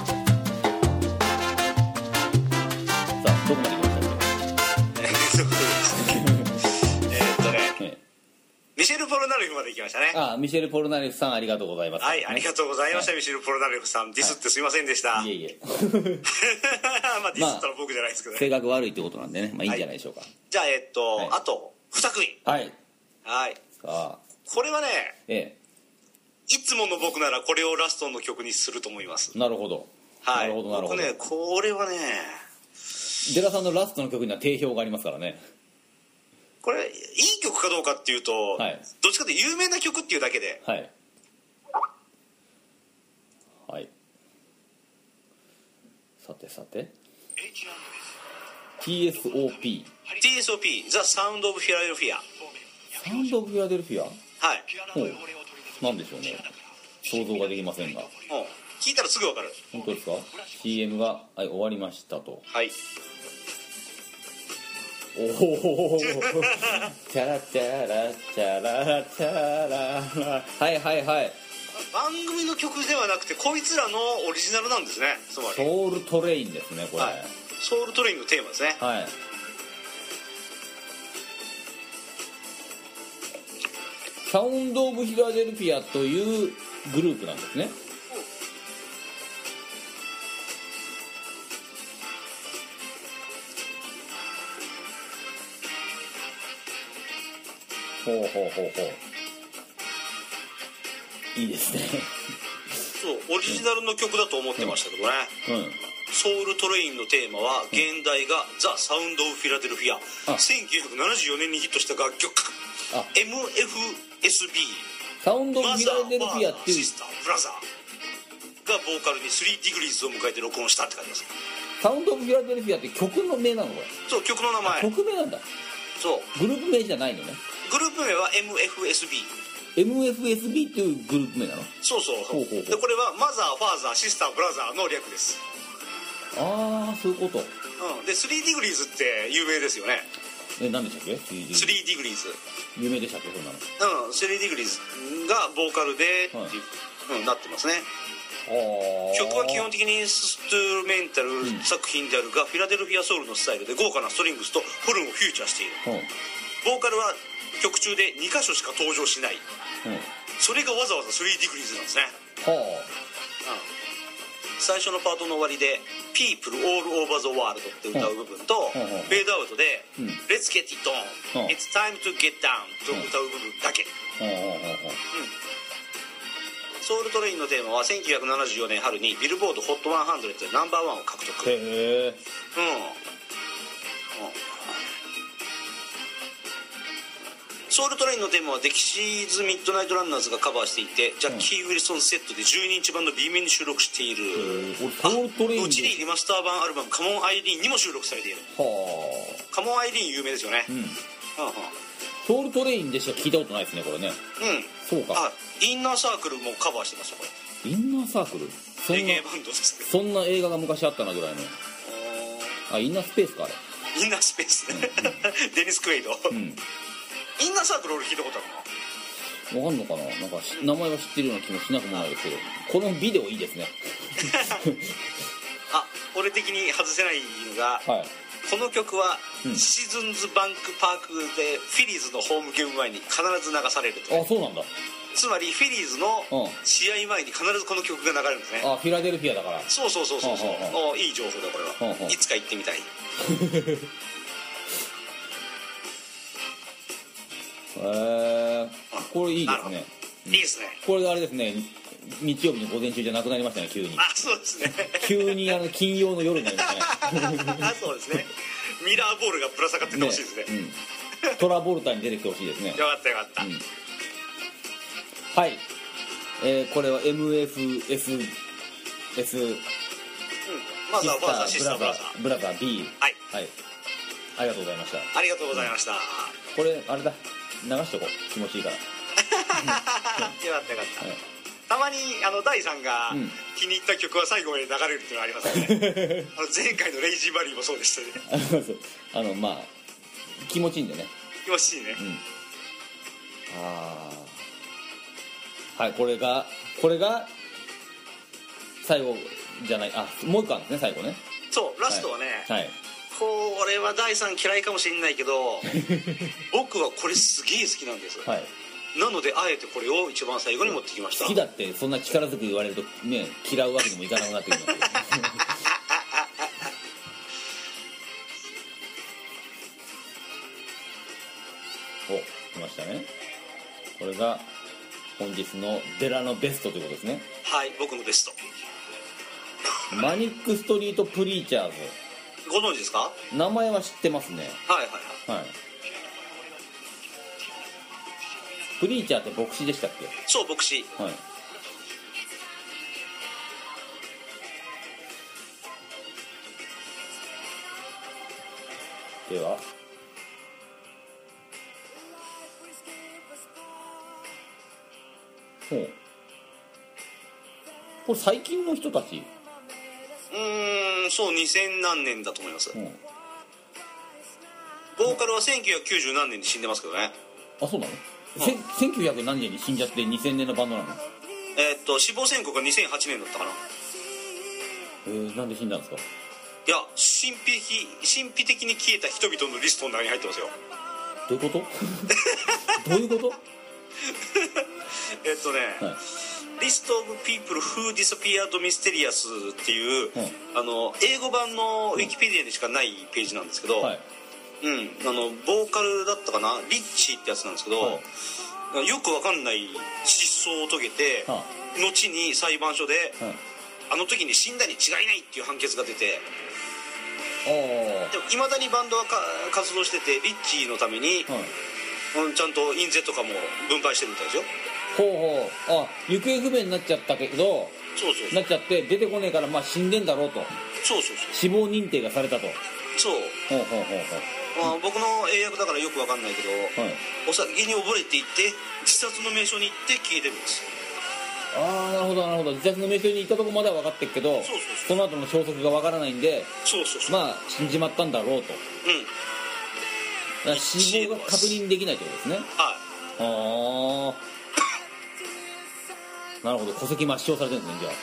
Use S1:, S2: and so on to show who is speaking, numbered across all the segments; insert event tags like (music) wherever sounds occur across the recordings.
S1: (laughs) ミシェル・ポロナレフまで行きましたね
S2: あミシェル・ポルナレフさんありがとうございます、
S1: はいありがとうございました、ミシェル・ポロナレフさんディスってすいませんでした、
S2: いえいえ
S1: (laughs) まあディスったら僕じゃないですけどね、
S2: 性格悪いってことなんでねまあいいんじゃないでしょうか
S1: じゃあえっと、
S2: はい
S1: あと2作品
S2: はい、
S1: はい
S2: さあ
S1: これはね
S2: え
S1: いつもの僕ならこれをラストの曲にすると思います
S2: えなるほど、
S1: は
S2: な
S1: い
S2: るほどなるほど、
S1: 僕ねこれはね
S2: デラさんのラストの曲には定評がありますからね
S1: これいい曲かどうかっていうと、
S2: はい
S1: どっちかっていうと有名な曲っていうだけで
S2: はいはいさてさて TSOP
S1: TSOP「ザ・サウンド・オブ・フィラデルフィア」
S2: サウンド・オブ・フィラデルフィア
S1: はい、
S2: ほうなんでしょうね想像ができませんが
S1: うん、聞いたらすぐ分かる
S2: 本当ですか CM が、はい、終わりましたと
S1: はい
S2: おおチャラチャラチャラチャラはいはいはい
S1: 番組の曲ではなくてこいつらのオリジナルなんですねつまり
S2: ソウルトレインですねこれ
S1: はいソウルトレインのテーマですね
S2: はいサウンド・オブ・フィラデルフィアというグループなんですねほうほうほうほういいですね
S1: そうオリジナルの曲だと思ってましたけどね、
S2: うん
S1: ソウルトレインのテーマは現代が「ザ・サウンド・オブ・フィラデルフィア」1974年にヒットした楽曲
S2: あ
S1: MFSB
S2: サウンド・オブ・
S1: マ
S2: フィ
S1: ザ
S2: ラ
S1: ー・
S2: デルフィア
S1: バ
S2: っ
S1: ー
S2: てい
S1: シ
S2: う
S1: スター・ブラザーがボーカルに3ディグリーズを迎えて録音したって感じです
S2: サウンド・オブ・フィラデルフィアって曲の名なのこ
S1: そう曲の名
S2: れ、
S1: 前
S2: 曲名なんだ
S1: そう
S2: グループ名じゃないのね
S1: グループ名は MFSB
S2: MFSB っていうグループ名なの
S1: そうそう
S2: ほうほうほう
S1: でこれはマザーファーザーシスターブラザーの略です、
S2: ああそういうこと
S1: うん、で3ディグリーズって有名ですよね
S2: え何でしたっけ 3D
S1: 3ディグリーズ
S2: 有名でしたっけそんな
S1: うん3ディグリーズがボーカルでっていう、
S2: はい
S1: うん、なってますね
S2: の
S1: 曲は基本的にインストゥルメンタル作品であるが、フィラデルフィアソウルのスタイルで豪華なストリングスとホルンをフューチャーしている
S2: うんうん
S1: ボーカルは曲中で2箇所しか登場しないそれがわざわざ3ディグリーズなんですね
S2: は
S1: 最初のパートの終わりで「People all over the world」って歌う部分と、
S2: うんうんうん
S1: フェードアウトで「
S2: うん
S1: Let's get it on、
S2: うん
S1: It's time to get down」と歌う部分だけ、
S2: あうんうんうんうん
S1: ソウルトレインのテーマは1974年春にビルボード HOT100 でナンバーワンを獲得うん、うん、
S2: へえ
S1: ソウルトレインのテーマはデキシーズ・ミッドナイト・ランナーズがカバーしていてジャッキー・ウィルソンセットで12インチ版の B 面に収録している、
S2: 俺ソウルトレイン
S1: 後にリマスター版アルバム「カモン・アイリーン」にも収録されている
S2: はあ
S1: カモン・アイリーン有名ですよね
S2: うん
S1: うん
S2: ソウルトレインでしか聞いたことないですねこれね
S1: うん、うん、
S2: そうか
S1: あインナーサークルもカバーしてますよこれ
S2: インナーサークルそ
S1: レ
S2: ん
S1: ゲ
S2: な
S1: エバンドです
S2: そんな映画が昔あったなぐらいのあインナースペースかあれ
S1: インナースペースデニス・クエイド、
S2: ん
S1: インナーサークル俺聞いたことある
S2: わかんのかななんかし名前は知ってるような気もしなくもないですけどこのビデオいいですね
S1: なあ俺的に外せないのが
S2: はい
S1: この曲は、
S2: うん
S1: シーズンズバンクパークでフィリーズのホームゲーム前に必ず流されると
S2: あそうなんだ
S1: つまりフィリーズの
S2: うん
S1: 試合前に必ずこの曲が流れるんですね
S2: あフィラデルフィアだから
S1: そうそうそうそうそう
S2: はあは
S1: あいい情報だこれは
S2: はあはい
S1: つか行ってみたい
S2: へえこれいいですね
S1: いいですね
S2: これあれですね日曜日の午前中じゃなくなりましたね急に
S1: あそうですね (laughs)
S2: 急にあの金曜の夜になりまし
S1: あそうですねミラーボールがぶら下がって
S2: た
S1: (laughs) て
S2: ね
S1: ほしいですね
S2: ねうんトラボルタに出てきてほしいですね
S1: よかったよかった、
S2: うんはい、えーこれは MFS S
S1: まずはバーザーシ
S2: シ
S1: ス
S2: ス
S1: タ
S2: タ
S1: ー
S2: ー
S1: ブ
S2: ブ
S1: ラ
S2: ラ
S1: ザ
S2: ザーブラザ
S1: ー
S2: ー B
S1: はい
S2: はいありがとうございました
S1: ありがとうございました、 (laughs)
S2: これあれだ流しとこう気持ちいいから
S1: よかったよかった、
S2: はい
S1: たまにあの大さんが
S2: うん
S1: 気に入った曲は最後まで流れるっていうのありますよねあの前回の「レイジーバリー」もそうでしたね
S2: あの (laughs) そうあのまあ気持ちいいんでね
S1: 気持ちいいね
S2: うんああはいこれがこれが最後じゃないあもう一個あるんですね最後ね
S1: そうラストはね、
S2: はい
S1: これは大さん嫌いかもしれないけど僕はこれすげえ好きなんです、
S2: はい
S1: なのであえてこれを一番最後に持ってきました
S2: 好きだってそんな力づく言われるとね嫌うわけにもいかなくなってくるんだけど (laughs) お来ましたねこれが本日のデラのベストということですね
S1: はい僕のベスト
S2: マニックストリートプリーチャーズ
S1: ご存知ですかはい
S2: 名前は知ってますね
S1: はいはい
S2: はいプリーチャーって牧師でしたっけ
S1: そう牧師
S2: はい。では。ほう。これ最近の人たち。
S1: うーんそう2000何年だと思います
S2: うん。
S1: ボーカルは1990何年に死んでますけどね
S2: あ、そうなの。せ千九百何年に死んじゃって2000年のバンドなの。
S1: えーっと死亡宣告が2008年だったかない
S2: えー、なんで死んだんですか。
S1: や神秘的神秘的に消えた人々のリストの中に入ってますよ
S2: どういうことどういうこと (laughs)
S1: えーっとね、
S2: はい
S1: リスト・オブ・ピープル・フー・ディスピアード・ミステリアスっていう、
S2: はい
S1: あの英語版のウィキペディアにしかないページなんですけど、
S2: はい
S1: うん、あのボーカルだったかなリッチーってやつなんですけど、
S2: は
S1: よくわかんない失踪を遂げて、
S2: は
S1: 後に裁判所で、
S2: はい
S1: あの時に死んだに違いないっていう判決が出て
S2: あ
S1: でもいまだにバンドはか活動しててリッチーのために、
S2: あはい
S1: うんちゃんと印税とかも分配してるみたいですよ
S2: ほうほうあ行方不明になっちゃったけど
S1: そうそう
S2: なっちゃって出てこねえからまあ死んでんだろうと
S1: そうそう
S2: 死亡認定がされたと
S1: そうそう、
S2: ほうほうほう
S1: まあ、僕の英訳だからよくわかんないけど、
S2: ほうはい
S1: お酒に溺れていって自殺の名所に行って消えてるんです
S2: ああなるほどなるほど自殺の名称に行ったとこまでは分かってるけど
S1: そう
S2: その後の消息が分からないんで
S1: そうそうそう、
S2: まあ死んじまったんだろうと
S1: うん
S2: だから死亡が確認できないということですね
S1: はい
S2: ああなるほど戸籍抹消されてるんですねじゃあ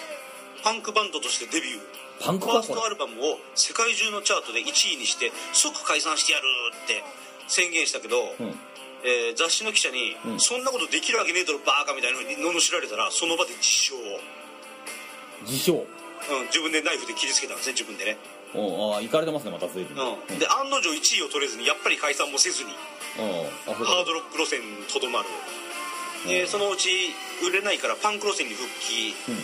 S1: パンクバンドとしてデビュー
S2: パンク
S1: フ
S2: か
S1: ァース
S2: これ
S1: トアルバムを世界中のチャートで1位にして即解散してやるって宣言したけど、
S2: うん
S1: えー雑誌の記者に、
S2: うん
S1: そんなことできるわけねえだろバーカ」みたいなのに罵られたらその場で自傷を、
S2: 自称
S1: うん、自分でナイフで切りつけたんですね自分でね、
S2: おうああ行かれてますねまた随分
S1: うんで案の定1位を取れずにやっぱり解散もせずに
S2: うんあそうか
S1: ハードロック路線にとどまる、でそのうち売れないからパンク路線に復帰
S2: うん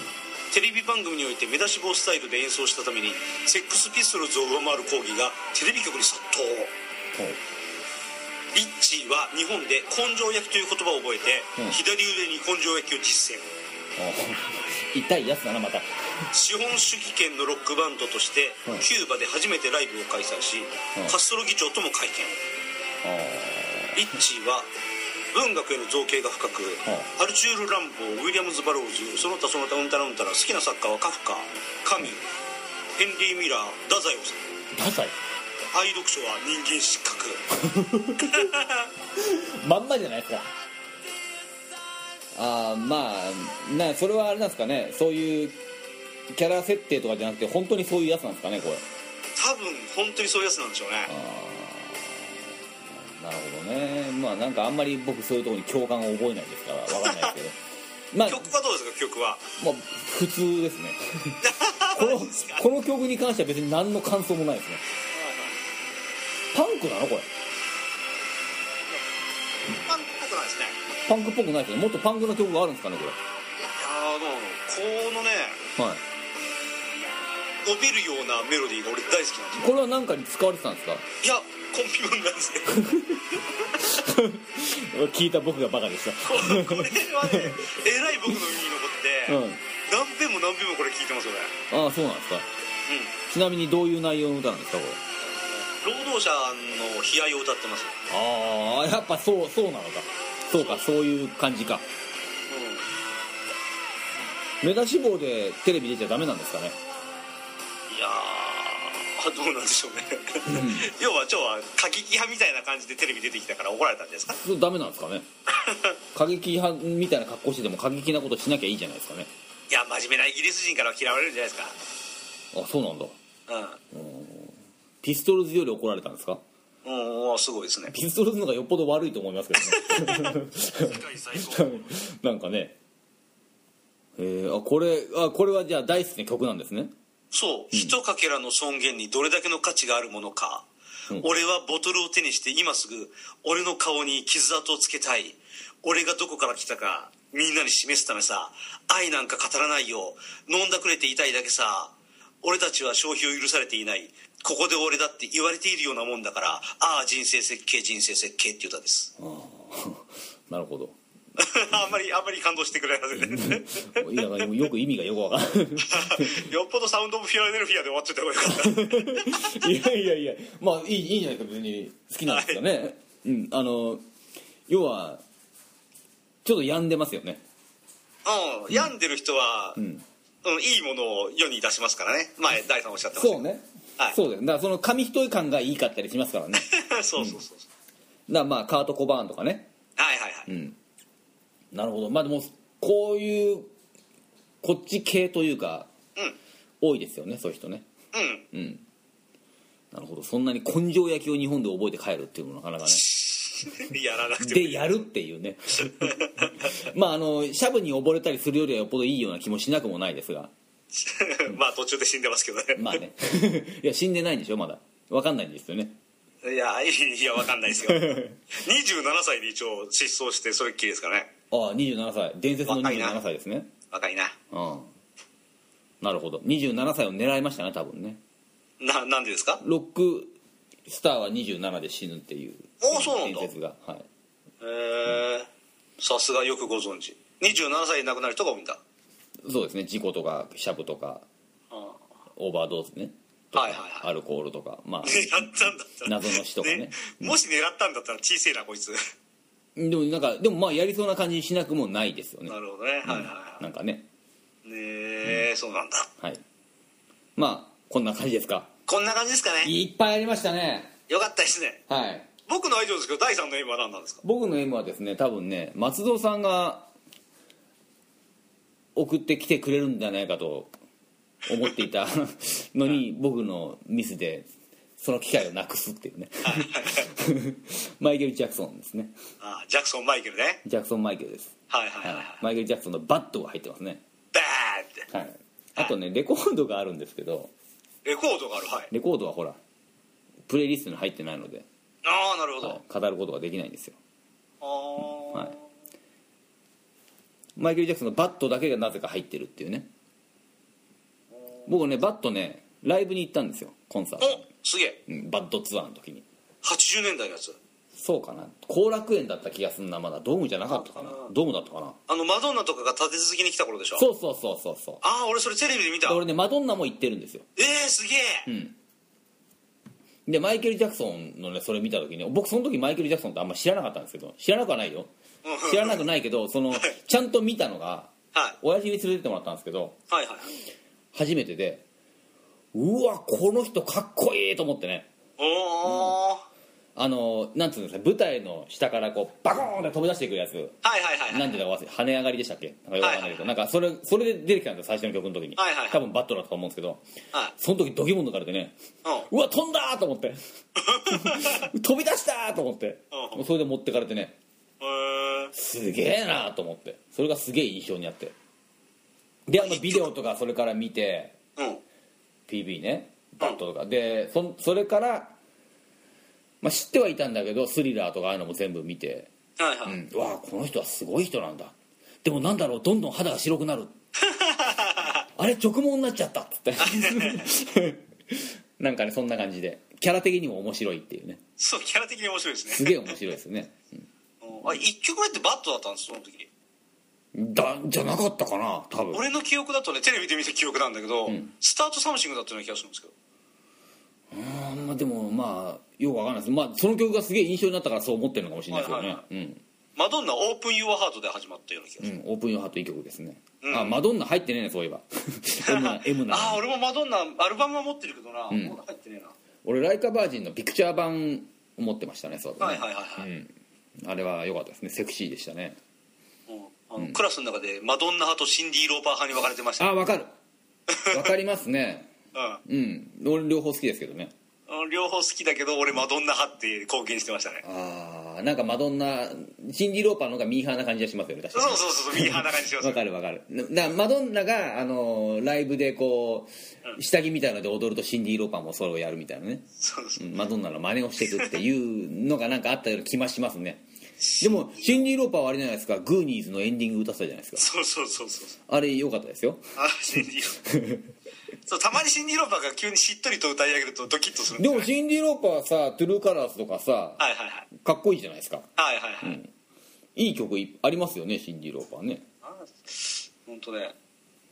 S1: テレビ番組において目出し帽スタイルで演奏したためにセックスピストルズを上回る抗議がテレビ局に殺到
S2: ほう
S1: リッチーは日本で根性焼きという言葉を覚えて、
S2: うん
S1: 左腕に根性焼きを実践
S2: あ痛いやつだなまたは
S1: 資本主義圏のロックバンドとして、
S2: うん
S1: キューバで初めてライブを開催し、
S2: うん
S1: カストロ議長とも会
S2: あ
S1: 見リッチーは文学への造形が深く、アルチュール・ランボーウィリアムズ・バローズその他その他うんたらうんたら好きな作家はカフカカミューヘンリー・ミラー太宰治
S2: ダサい
S1: 愛読書は人間失格
S2: まんまじゃないですかああまあなそれはあれなんですかねそういうキャラ設定とかじゃなくて本当にそういうやつなんですかねこれ
S1: 多分本当にそういうやつなんでしょう
S2: あ
S1: ね
S2: あなるほどねまあなんかあんまり僕そういうところに共感を覚えないですからわかんないです
S1: (laughs)
S2: けどまあ、
S1: 曲はどうですか曲は
S2: まあ、普通
S1: (laughs)
S2: ですねこのこの曲に関しては別に何の感想もないですねパンクなのこれ
S1: パンクっぽくないですね
S2: パンクっぽくないですねもっとパンクの曲があるんですかねこ
S1: いやーでもこのね
S2: れはい
S1: 伸びるようなメロディーが俺大好きなんですよ
S2: これは何かに使われてたんですか (laughs)
S1: いやコンピ文なんですねこ
S2: 聞いた僕がバカでし
S1: れこれはねえらい僕の耳
S2: たう
S1: に残って、
S2: ん
S1: 何遍も何遍もこれ聞いてますよね
S2: ああそうなんですかちなみにどういう内容の歌なんですかこれ
S1: うん労働者の悲哀を歌ってます
S2: ああやっぱそうそうなのかそうかそういう感じか
S1: うん
S2: 目指し棒でテレビ出ちゃダメなんですかね
S1: いやーどうなんでしょうね
S2: ん
S1: 要は今日は過激派みたいな感じでテレビ出てきたから怒られたんですか
S2: そうダメなんですかね
S1: (laughs)
S2: 過激派みたいな格好してても過激なことしなきゃいいじゃないですかね
S1: いや真面目なイギリス人からは嫌われるんじゃないですか
S2: あそうなんだ
S1: うん
S2: ピストルズより怒られたんですか
S1: うんうんすごいですね
S2: ピストルズのがよっぽど悪いと思いますけどね
S1: 世界最高
S2: (laughs) なんかねえー、あこれあこれはじゃあ大好きな曲なんですね
S1: そう、一かけらの尊厳にどれだけの価値があるものか、俺はボトルを手にして今すぐ俺の顔に傷跡をつけたい俺がどこから来たかみんなに示すためさ愛なんか語らないよ飲んだくれていたいだけさ俺たちは消費を許されていないここで俺だって言われているようなもんだからああ人生設計人生設計っていう歌です
S2: なるほど
S1: (laughs) あんまりあんまり感動してくれません (laughs) ね
S2: いやよく意味がよくわからない
S1: よっぽどサウンド・オブ・フィラデルフィアで終わっといた方がよかった
S2: いやいやいやまあいいいいじゃないですか別に好きなんですよね、うんあの要はちょっと病んでますよね
S1: うん、病んでる人は、うんんいいものを世に出しますからね前大さんおっしゃってました
S2: そうね、
S1: はい
S2: そうだよだからその紙一重感がいいかったりしますからねだか
S1: ね (laughs) そうそうそうそう
S2: らまあカート・コバーンとかね
S1: はいはいはい、
S2: うんなるほどまあでもこういうこっち系というか、
S1: うん
S2: 多いですよねそういう人ね
S1: うん
S2: うんなるほどそんなに根性焼きを日本で覚えて帰るっていうのもなかなかね
S1: (laughs) やらなくてもい
S2: で
S1: い
S2: やるっていうね (laughs) まああのシャブに溺れたりするよりはよっぽどいいような気もしなくもないですが
S1: (laughs) まあ途中で死んでますけどね、
S2: まあね (laughs) いや死んでないんでしょまだ分かんないんですよね
S1: いやいいやわかんないです
S2: (laughs)
S1: よ27歳で一応失踪してそれっきりですからね
S2: ああ27歳伝説の
S1: 若いな
S2: 27歳ですね
S1: 若いな
S2: うんなるほど27歳を狙いましたね多分ね
S1: ななんでですか
S2: ロックスターは27で死ぬっていう
S1: おそうなんだ
S2: 伝説がはい
S1: へえさすがよくご存知27歳で亡くなる人が多いんだ、
S2: そうですね事故とかシャブとか
S1: うん、 (laughs) や
S2: オーバードーズね
S1: はいはいは
S2: アルコールとかまあ (laughs)
S1: ったんだったら
S2: 謎の死とかね
S1: もし狙ったんだったら小せえなこいつ
S2: でもなんかでもまあやりそうな感じしなくもないですよね
S1: なるほどね、はいはいはい
S2: なんかね
S1: ねえ、そうなんだ
S2: はいまあこんな感じですか
S1: こんな感じですかね
S2: いっぱいありましたね
S1: よかったですね
S2: はい
S1: 僕の愛情ですけど第3の M は何なんですか
S2: 僕の M はですね多分ね松蔵さんが送ってきてくれるんじゃないかと思ってい (laughs) たのに僕のミスでその機会をなくすっていうねマイケル・ジャクソンですね
S1: ああジャクソン・マイケルね
S2: ジャクソン・マイケルです、
S1: はいはい
S2: は
S1: はいい、はい、
S2: マイケル・ジャクソンのバットが入ってますね
S1: バーンって
S2: はいあとねレコードがあるんですけど
S1: レコードがあるはい
S2: レコードはほらプレイリストに入ってないので、
S1: ああなるほど、
S2: はい語ることができないんですよ
S1: ああ、
S2: はいマイケル・ジャクソンのバットだけがなぜか入ってるっていうね僕ねバットねライブに行ったんですよコンサート
S1: おすげえ
S2: に、うん、バッドツアーの時に
S1: 80年代のやつ
S2: そうかな後楽園だった気がするなまだドームじゃなかったかなドームだったかな
S1: あのマドンナとかが立て続けに来た頃でしょ
S2: そうそうそうそうそう
S1: ああ俺それテレビで見た
S2: で俺ねマドンナも行ってるんですよ
S1: ええすげえ、
S2: でマイケル・ジャクソンのねそれ見た時ね僕その時マイケル・ジャクソンってあんま知らなかったんですけど知らなくはないよ
S1: うん
S2: 知らなくないけどそのちゃんと見たのが
S1: はい、
S2: 親父に連れてってもらったんですけど
S1: はいはいはい
S2: 初めてでうわこの人かっこいいと思ってね
S1: おお、
S2: あのなんつうんですか舞台の下からこうバコーンって飛び出していくるやつ
S1: はいはいはいはい
S2: なんていうのか忘れ跳ね上がりでしたっけなんかよくわかんないけど、なんかそれそれで出てきたんですよ最初の曲の時に、
S1: はいはいはい
S2: 多分バットだったと思うんですけど
S1: はい
S2: その時度肝抜かれてね
S1: うん
S2: うわ飛んだーと思って
S1: (laughs)
S2: 飛び出したーと思って
S1: うん
S2: もうそれで持ってかれてね
S1: へえ
S2: すげえなーと思ってそれがすげえ印象にあってであのビデオとかそれから見て
S1: うん
S2: PV ねバットとかでそそれから、まあ、知ってはいたんだけどスリラーとかああいうのも全部見て、
S1: はいはい、
S2: うん、うわあこの人はすごい人なんだでもなんだろうどんどん肌が白く
S1: (laughs)
S2: なるあれ直毛になっちゃったっつって (laughs) なんかねそんな感じでキャラ的にも面白いっていうね
S1: そうキャラ的に面白いですね
S2: すげえ面白いですよね、
S1: うんあ1曲目ってバットだったんですその時
S2: うんだじゃなかったかな多分
S1: 俺の記憶だとねテレビで見た記憶なんだけど、スタートサムシングだったような気がするんですけど
S2: あんまあでもまあよくわかんないです、まあ、その曲がすげえ印象になったからそう思ってるのかもしれないですよね、
S1: はいは
S2: うん
S1: マドンナ「オープン・ユア・ハート」で始まったような気がす
S2: う
S1: る、
S2: ん、オープンヨハートいい曲ですね、
S1: うん
S2: あマドンナ入ってねえね
S1: (laughs)
S2: そういえば M な M な
S1: ああ俺もマドンナアルバムは持ってるけどな、
S2: ん
S1: もう入ってねえな、
S2: 俺ライカバージンのピクチャー版を持ってましたねそうだ
S1: は
S2: ね
S1: いはいはいはい、
S2: うん、あれは良かったですねセクシーでしたね
S1: うんあのクラスの中でマドンナ派とシンディ・ローパー派に分か (laughs) れてました
S2: あわかるわかりますね
S1: うん
S2: うん俺両方好きですけどね
S1: う両方好きだけど俺マドンナ派っていう貢献してましたね
S2: ああなんかマドンナシンディ・ローパーの方がミーハーな感じがしますよね確
S1: (laughs) そう
S2: か
S1: そうそうそうミーハーな感じします
S2: にわかるわかるだマドンナがあのライブでこう下着みたいので踊るとシンディ・ローパーもそれをやるみたいなね
S1: そうそう
S2: うんマドンナの真似をしていくっていうのがなんかあったような気はしますねでもシンディ・ローパーはあれじゃないですかグーニーズのエンディング歌ってたじゃないですか
S1: そうそうそうそう
S2: あれ良かったですよ
S1: あシンディローパーそうたまにシンディローパーが急にしっとりと歌い上げるとドキッとするん
S2: で
S1: よ
S2: も
S1: ね
S2: シンディ・ローパーはさ「トゥルーカラーズ」とかさ
S1: はいはいはい
S2: かっこいいじゃないですか
S1: はいはいはい、
S2: いい曲いありますよねシンディ・ローパーね
S1: 本当ね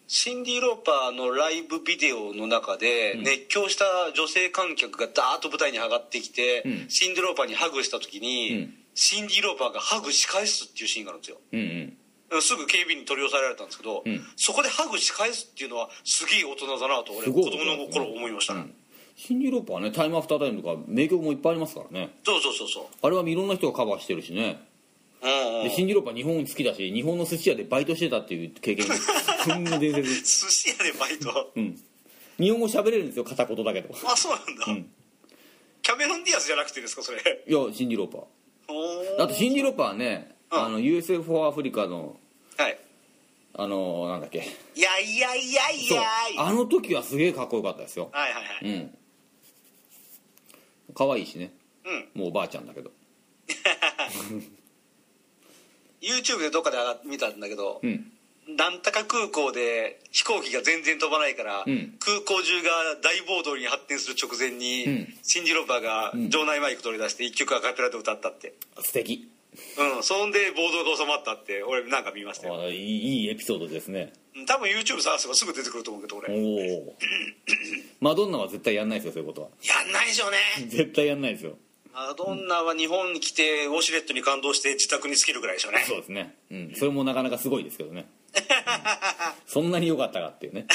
S1: シンディ・ローパーのライブビデオの中で熱狂した女性観客がダーッと舞台に上がってきて、
S2: うん
S1: シンディ・ローパーにハグした時に、
S2: うん
S1: シンディ・ローパーがハグし返すっていうシーンがあるんですよ
S2: うんうん
S1: すぐ警備員に取り押さえられたんですけど、
S2: うん
S1: そこでハグし返すっていうのはすげえ大人だなと俺
S2: す
S1: 子
S2: ごい大人
S1: 供の頃思いましたね、
S2: うんシンディ・ローパーはね「タイム・アフター・タイム」とか名曲もいっぱいありますからね
S1: そうそうそうそう
S2: あれはいろんな人がカバーしてるしね
S1: うんうん
S2: でシンディ・ローパー日本好きだし日本の寿司屋でバイトしてたっていう経験がそんな伝説です
S1: 寿司屋でバイト、
S2: 日本語喋れるんですよ片言だけど
S1: あそうなんだ、
S2: ん
S1: キャメロン・ディアスじゃなくてですかそれ
S2: いやシンディ・ローパー
S1: お
S2: あ
S1: ー
S2: とシンディ・ローパーはね、
S1: うん
S2: あの USF4 アフリカの
S1: はい
S2: あのなんだっけ
S1: いやいやいやい
S2: そう
S1: やい
S2: あの時はすげえかっこよかったですよ
S1: はいはいうはい
S2: ん可愛いしね
S1: うん
S2: もうおばあちゃんだけど
S1: YouTube でどっかで上が見たんだけど、
S2: うん
S1: なんたか空港で飛行機が全然飛ばないから、
S2: うん
S1: 空港中が大暴動に発展する直前に、
S2: うん
S1: シンジローパーが場内マイク取り出して一曲アカペラで歌ったって
S2: 素敵
S1: うんそんで暴動が収まったって俺なんか見ましたよ
S2: あいいいいエピソードですね
S1: うん多分 YouTube 探せばすぐ出てくると思うけど
S2: お
S1: 俺
S2: おマドンナは絶対やんないですよそういうことは
S1: やんないでしょうね
S2: 絶対やんないですよ
S1: マドンナは日本に来てウォシュレットに感動して自宅に尽きるぐらいでしょうね
S2: そうですね、うん、それもなかなかすごいですけどね、うんそんなに良かったかって
S1: (laughs)
S2: いうね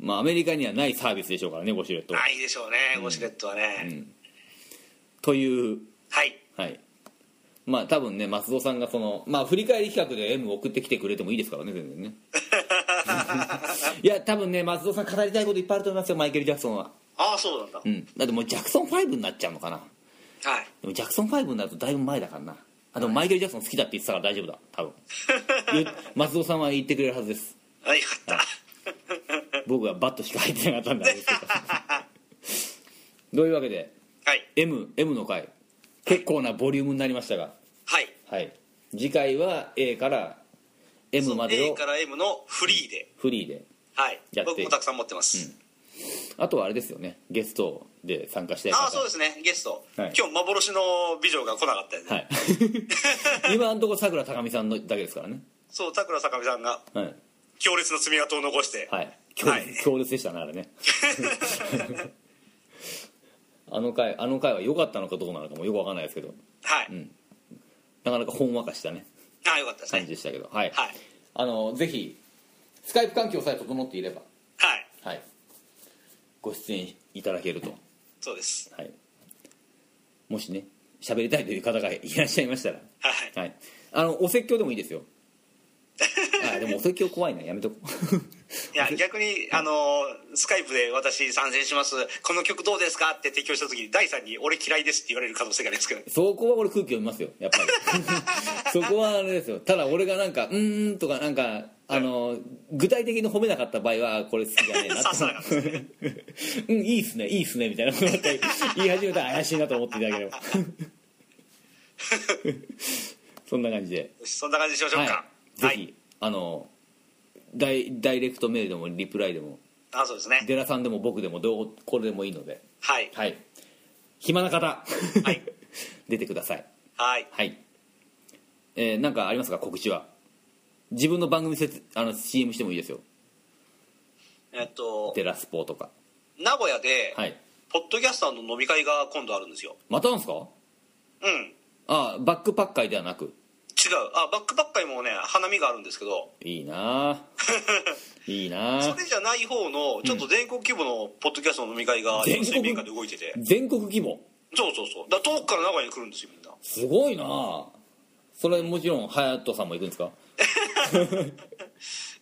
S2: まあアメリカにはないサービスでしょうからねウォシュレットは
S1: ないでしょうね、ウォシュレットはね、
S2: という
S1: はい
S2: はいまあ多分ね松戸さんがそのまあ振り返り企画で M 送ってきてくれてもいいですからね全然ねいや多分ね松戸さん語りたいこといっぱいあると思いますよマイケル・ジャクソンは
S1: ああそうなんだ、
S2: うんだってもうジャクソン5になっちゃうのかな
S1: はい
S2: でもジャクソン5になるとだいぶ前だからなあでもマイケル・ジャクソン好きだって言ってたから大丈夫だ多分言う松尾さんは言ってくれるはずです
S1: あよかった、
S2: 僕はバットしか入ってなかったんであれですけどというわけで
S1: はい。
S2: M, M の回結構なボリュームになりましたが
S1: はい。
S2: はい次回は A から M まで
S1: A
S2: を
S1: から M のフリーで。
S2: フリーで
S1: はい
S2: やっ。て
S1: 僕もたくさん持ってます。
S2: あとはあれですよねゲストで参加したい方
S1: ああ、そうですね。ゲスト。
S2: はい
S1: 今日、幻の美女が来なかったよね。
S2: はい (laughs) 今のところさくらたかみさんのだけですからね
S1: そう、田倉坂美さんが
S2: はい
S1: 強烈な爪痕を残して。
S2: はい強烈,、
S1: はい
S2: 強烈でしたねあれね (laughs) あの回あの回は良かったのかどうなのかもよくわかんないですけど
S1: はい。
S2: なかなかほんわかしたね
S1: ああ、よかったです
S2: 感
S1: ね。
S2: じでしたけどはい、
S1: はい。
S2: あのぜひスカイプ環境さえ整っていれば
S1: はい。
S2: はいご出演いただけると、
S1: そうです。
S2: はい、もしね喋りたいという方がいらっしゃいましたら
S1: はい。
S2: はいあのお説教でもいい
S1: (laughs)
S2: ですよあでもお説教怖いなやめとこ
S1: いや、逆に、あのースカイプで私参戦します。この曲どうですかって提供した時に、第3に俺嫌いですって言われる可能性がありますけど。
S2: (laughs) そこは俺空気読みますよやっぱり (laughs) そこはあれですよただ俺がなんか「うーん」とかなんかあの具体的に褒めなかった場合はこれ好きじゃねえな
S1: (laughs) 刺さなかったですね。
S2: (laughs) うんいいっすねいいっすねみたいなことだったり言い始めたら怪しいなと思ってい
S1: (laughs)
S2: ただければそんな感じで、
S1: よしそんな感じにしましょ
S2: は
S1: う
S2: い
S1: か。、
S2: ぜひ、。あのダイダイレクトメールでもリプライでも
S1: ああ、そうですね。
S2: デラさんでも僕でもどうこれでもいいので
S1: はい。
S2: はい暇な方、
S1: はい、
S2: (laughs) 出てください
S1: はい。
S2: はいえーなんかありますか告知は自分の番組せつあの CM してもいいですよ
S1: えっと、
S2: デラスポーとか
S1: 名古屋で、
S2: はい
S1: ポッドキャスターの飲み会が今度あるんですよ
S2: またなんですか
S1: うん違う
S2: あバックパッカーではなく
S1: あバックパッカーにもね花見があるんですけど
S2: いいなあ
S1: (laughs)
S2: いいな
S1: そ
S2: あ
S1: れじゃない方のちょっと全国規模のポッドキャストの飲み会が
S2: 全国
S1: 水面下で動いてて
S2: 全国規模
S1: そうそうそうだから遠くから名古屋に来るんですよみんな
S2: すごいなあそれもちろん隼人さんも行くんですか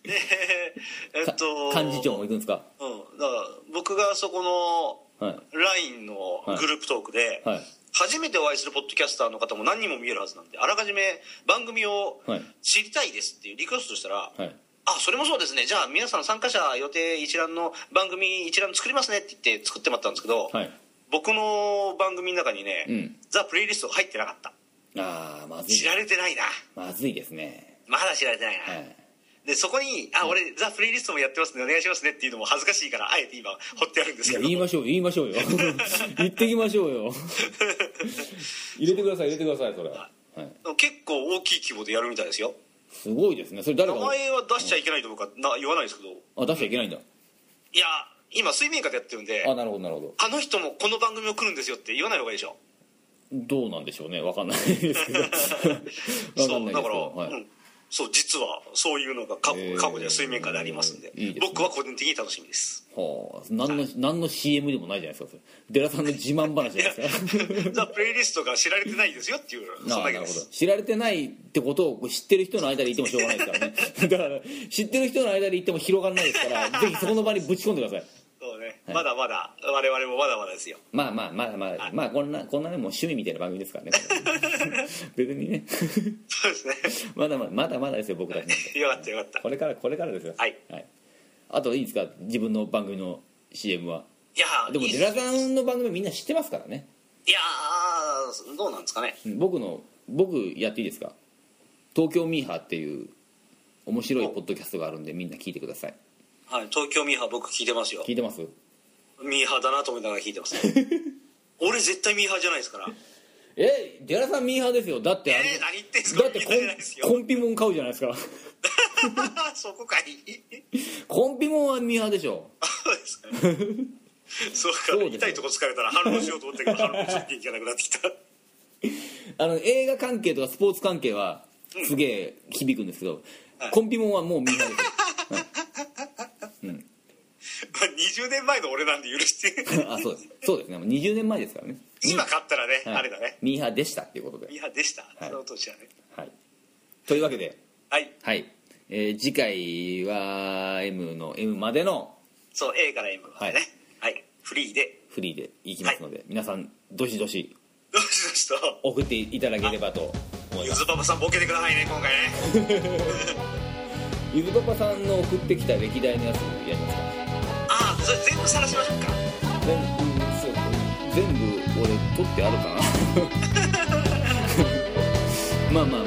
S1: でえっと
S2: か幹事長も行くんですか
S1: うん、だから僕がそこの
S2: はい
S1: LINE のグループトークで、
S2: はい
S1: 初めてお会いするポッドキャスターの方も何人も見えるはずなんであらかじめ番組を
S2: はい
S1: 知りたいですっていうリクエストしたら、
S2: はい
S1: あそれもそうですねじゃあ皆さん参加者予定一覧の番組一覧作りますねって言って作ってもらったんですけど、
S2: はい
S1: 僕の番組の中にね、
S2: うん
S1: ザ・プレイリスト入ってなかった
S2: ああまずい
S1: 知られてないな
S2: まずいですね
S1: まだ知られてないな、
S2: はい
S1: でそこに「あ俺ザ・プレイリストもやってますんでお願いしますね」っていうのも恥ずかしいからあえて今掘ってあるんです
S2: い
S1: け
S2: や
S1: ど
S2: 言いましょう言いましょ
S1: (laughs)
S2: うよ言ってきましょうよ入れてください入れてくださいそれ、はい、
S1: 結構大きい規模でやるみたいですよ
S2: すごいですねそれ誰
S1: 名
S2: が
S1: 前は出しちゃいけないと僕はな言わないですけど
S2: あ出しちゃいけないんだ
S1: いや今水面下でやってるんで
S2: あなるほどなるほど
S1: あの人もこの番組を来るんですよって言わない方がいいでしょ
S2: どうなんでしょうねわかんないですけどわかんないですけ
S1: (laughs) そうだから、
S2: どはい
S1: うん、そう実はそういうのが過去,、
S2: へー
S1: 過去では水面下でありますんで
S2: いいですね
S1: 僕は個人的に楽し
S2: (laughs)
S1: みです
S2: はあ何の何の CM でもないじゃないですかそれデラさんの自慢話じゃないですか
S1: ザ・プレイリストが知られてないですよっていうそ
S2: あ
S1: ん
S2: あなる
S1: だけで
S2: ほど
S1: す
S2: 知られてないってことを知ってる人の間でいてもしょうがない (laughs) ですからねだから知ってる人の間でいても広がらないですからぜひそこの場にぶち込んでください
S1: そうね、まだまだ我々もまだまだですよ
S2: まあまあまあまあまあこんなこんなねもう趣味みたいな番組です (laughs) からねこれ別にね (laughs)
S1: そうですね (laughs)
S2: まだまだまだまだですよ僕たちなんて
S1: よかったよかった
S2: これからこれからですよ
S1: はい、
S2: あといいですか自分の番組の CM はい
S1: やー
S2: でも
S1: いい
S2: デラさんの番組みんな知ってますからね
S1: いやーどうなんですかね
S2: うん僕の僕やっていいですか「東京ミーハー」っていう面白いポッドキャストがあるんでみんな聞いてください
S1: はい、東京ミーハー僕聞いてますよ
S2: 聞いてます
S1: ミーハーだなと思いながら聞い
S2: (laughs)
S1: てます俺絶対ミーハーじゃないですから
S2: えデラさんミーハーですよだってあれ
S1: えー、何言ってんすか
S2: だってコ
S1: ミーハーじゃないです
S2: ン
S1: よ
S2: コンピモン買うじゃないですか (laughs)
S1: (laughs) そこかい
S2: コンピモンはミーハーでしょ
S1: そうですかねそうか
S2: そうですよ
S1: 痛いとこ疲れたら反論しようと思ったけど反論する元気がなくなってきた (laughs)
S2: あの映画関係とかスポーツ関係はすげえ響くんですけど、
S1: はい
S2: コンピモンはもうミーハーですよ
S1: まあ20年前の俺なんで許して
S2: あそうです (laughs) そうですねもう20年前ですからね
S1: 今勝ったらね、
S2: はい
S1: あれだね
S2: ミーハーでしたっていうことで
S1: ミーハーでした、
S2: い
S1: その年はね
S2: はいというわけで
S1: はい
S2: はい、えー次回は M の M までの
S1: そう A から M までねはい、フリーで
S2: フリーでいきますので、皆さんどしどし
S1: どうしどしと
S2: 送っていただければと思い
S1: ゆ
S2: ます
S1: ずパパさんボケてくださいね今回ね
S2: ゆずパパさんの送ってきた歴代のやつやりますか
S1: ああそれ全部晒しましょうか
S2: 全部そう全部俺取ってあるかな (laughs) まあまあまあ